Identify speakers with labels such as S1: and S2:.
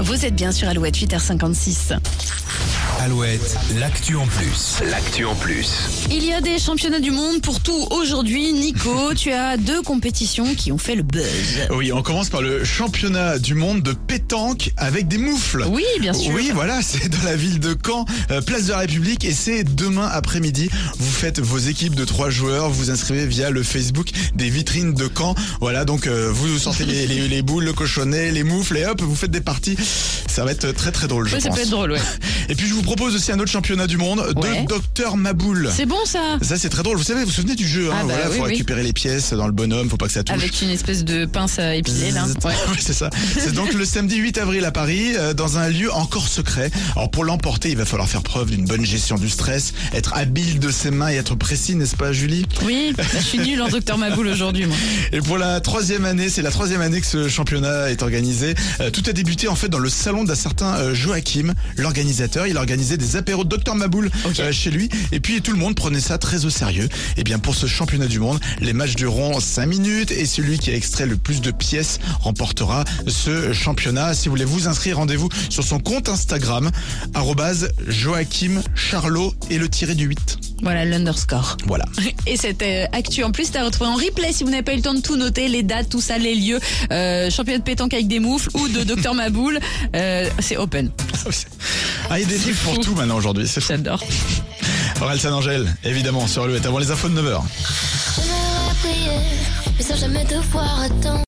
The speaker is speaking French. S1: Vous êtes bien sur Alouette 8h56.
S2: Alouette, l'actu en plus. L'actu en plus.
S1: Il y a des championnats du monde pour tout aujourd'hui. Nico, tu as deux compétitions qui ont fait le buzz.
S3: Oui, on commence par le championnat du monde de pétanque avec des moufles.
S1: Oui, bien sûr.
S3: Oui, voilà, c'est dans la ville de Caen, euh, place de la République, et c'est demain après-midi. Vous faites vos équipes de trois joueurs, vous inscrivez via le Facebook des vitrines de Caen. Voilà, donc euh, vous sortez les, les- les boules, le cochonnet, les moufles, et hop, vous faites des parties. Ça va être très très drôle, je
S1: Ouais, ça
S3: pense.
S1: peut être drôle, ouais.
S3: Et puis je vous propose aussi un autre championnat du monde
S1: Ouais.
S3: de Docteur Maboul.
S1: C'est bon ça
S3: Ça c'est très drôle, vous savez, vous vous souvenez du jeu, hein,
S1: Ah bah
S3: voilà,
S1: oui,
S3: faut
S1: oui.
S3: récupérer les pièces dans le bonhomme, faut pas que ça touche.
S1: Avec une espèce de pince à épiler là.
S3: Zzzz. Ouais, c'est ça. C'est donc le samedi 8 avril à Paris, euh, dans un lieu encore secret. Alors pour l'emporter, il va falloir faire preuve d'une bonne gestion du stress, être habile de ses mains et être précis, n'est-ce pas Julie
S1: Oui, bah, je suis nulle en docteur Maboul aujourd'hui moi.
S3: Et pour la troisième année, c'est la troisième année que ce championnat est organisé. Euh, tout a débuté en fait dans le salon d'un certain euh, Joachim, l'organisateur. Il organisait des apéros Docteur Maboul
S1: Ok.
S3: euh, chez lui. Et puis tout le monde prenait ça très au sérieux. Et bien pour ce championnat du monde, les matchs dureront 5 minutes et celui qui a extrait le plus de pièces remportera ce championnat. Si vous voulez vous inscrire, rendez-vous sur son compte Instagram, arrobase Joachim Charlot et le tiré du 8.
S1: Voilà l'underscore.
S3: Voilà.
S1: Et cette euh, actu en plus, t'as retrouvé en replay si vous n'avez pas eu le temps de tout noter, les dates, tout ça, les lieux, euh, championnat de pétanque avec des moufles ou de docteur Maboul. Euh, c'est open.
S3: Ah, il y a des livres pour tout maintenant aujourd'hui, c'est fou.
S1: J'adore.
S3: Aurel Saint-Angèle, évidemment, sur Alouette, avant les infos de 9h.
S4: J'aimerais prier, mais sans jamais devoir attendre.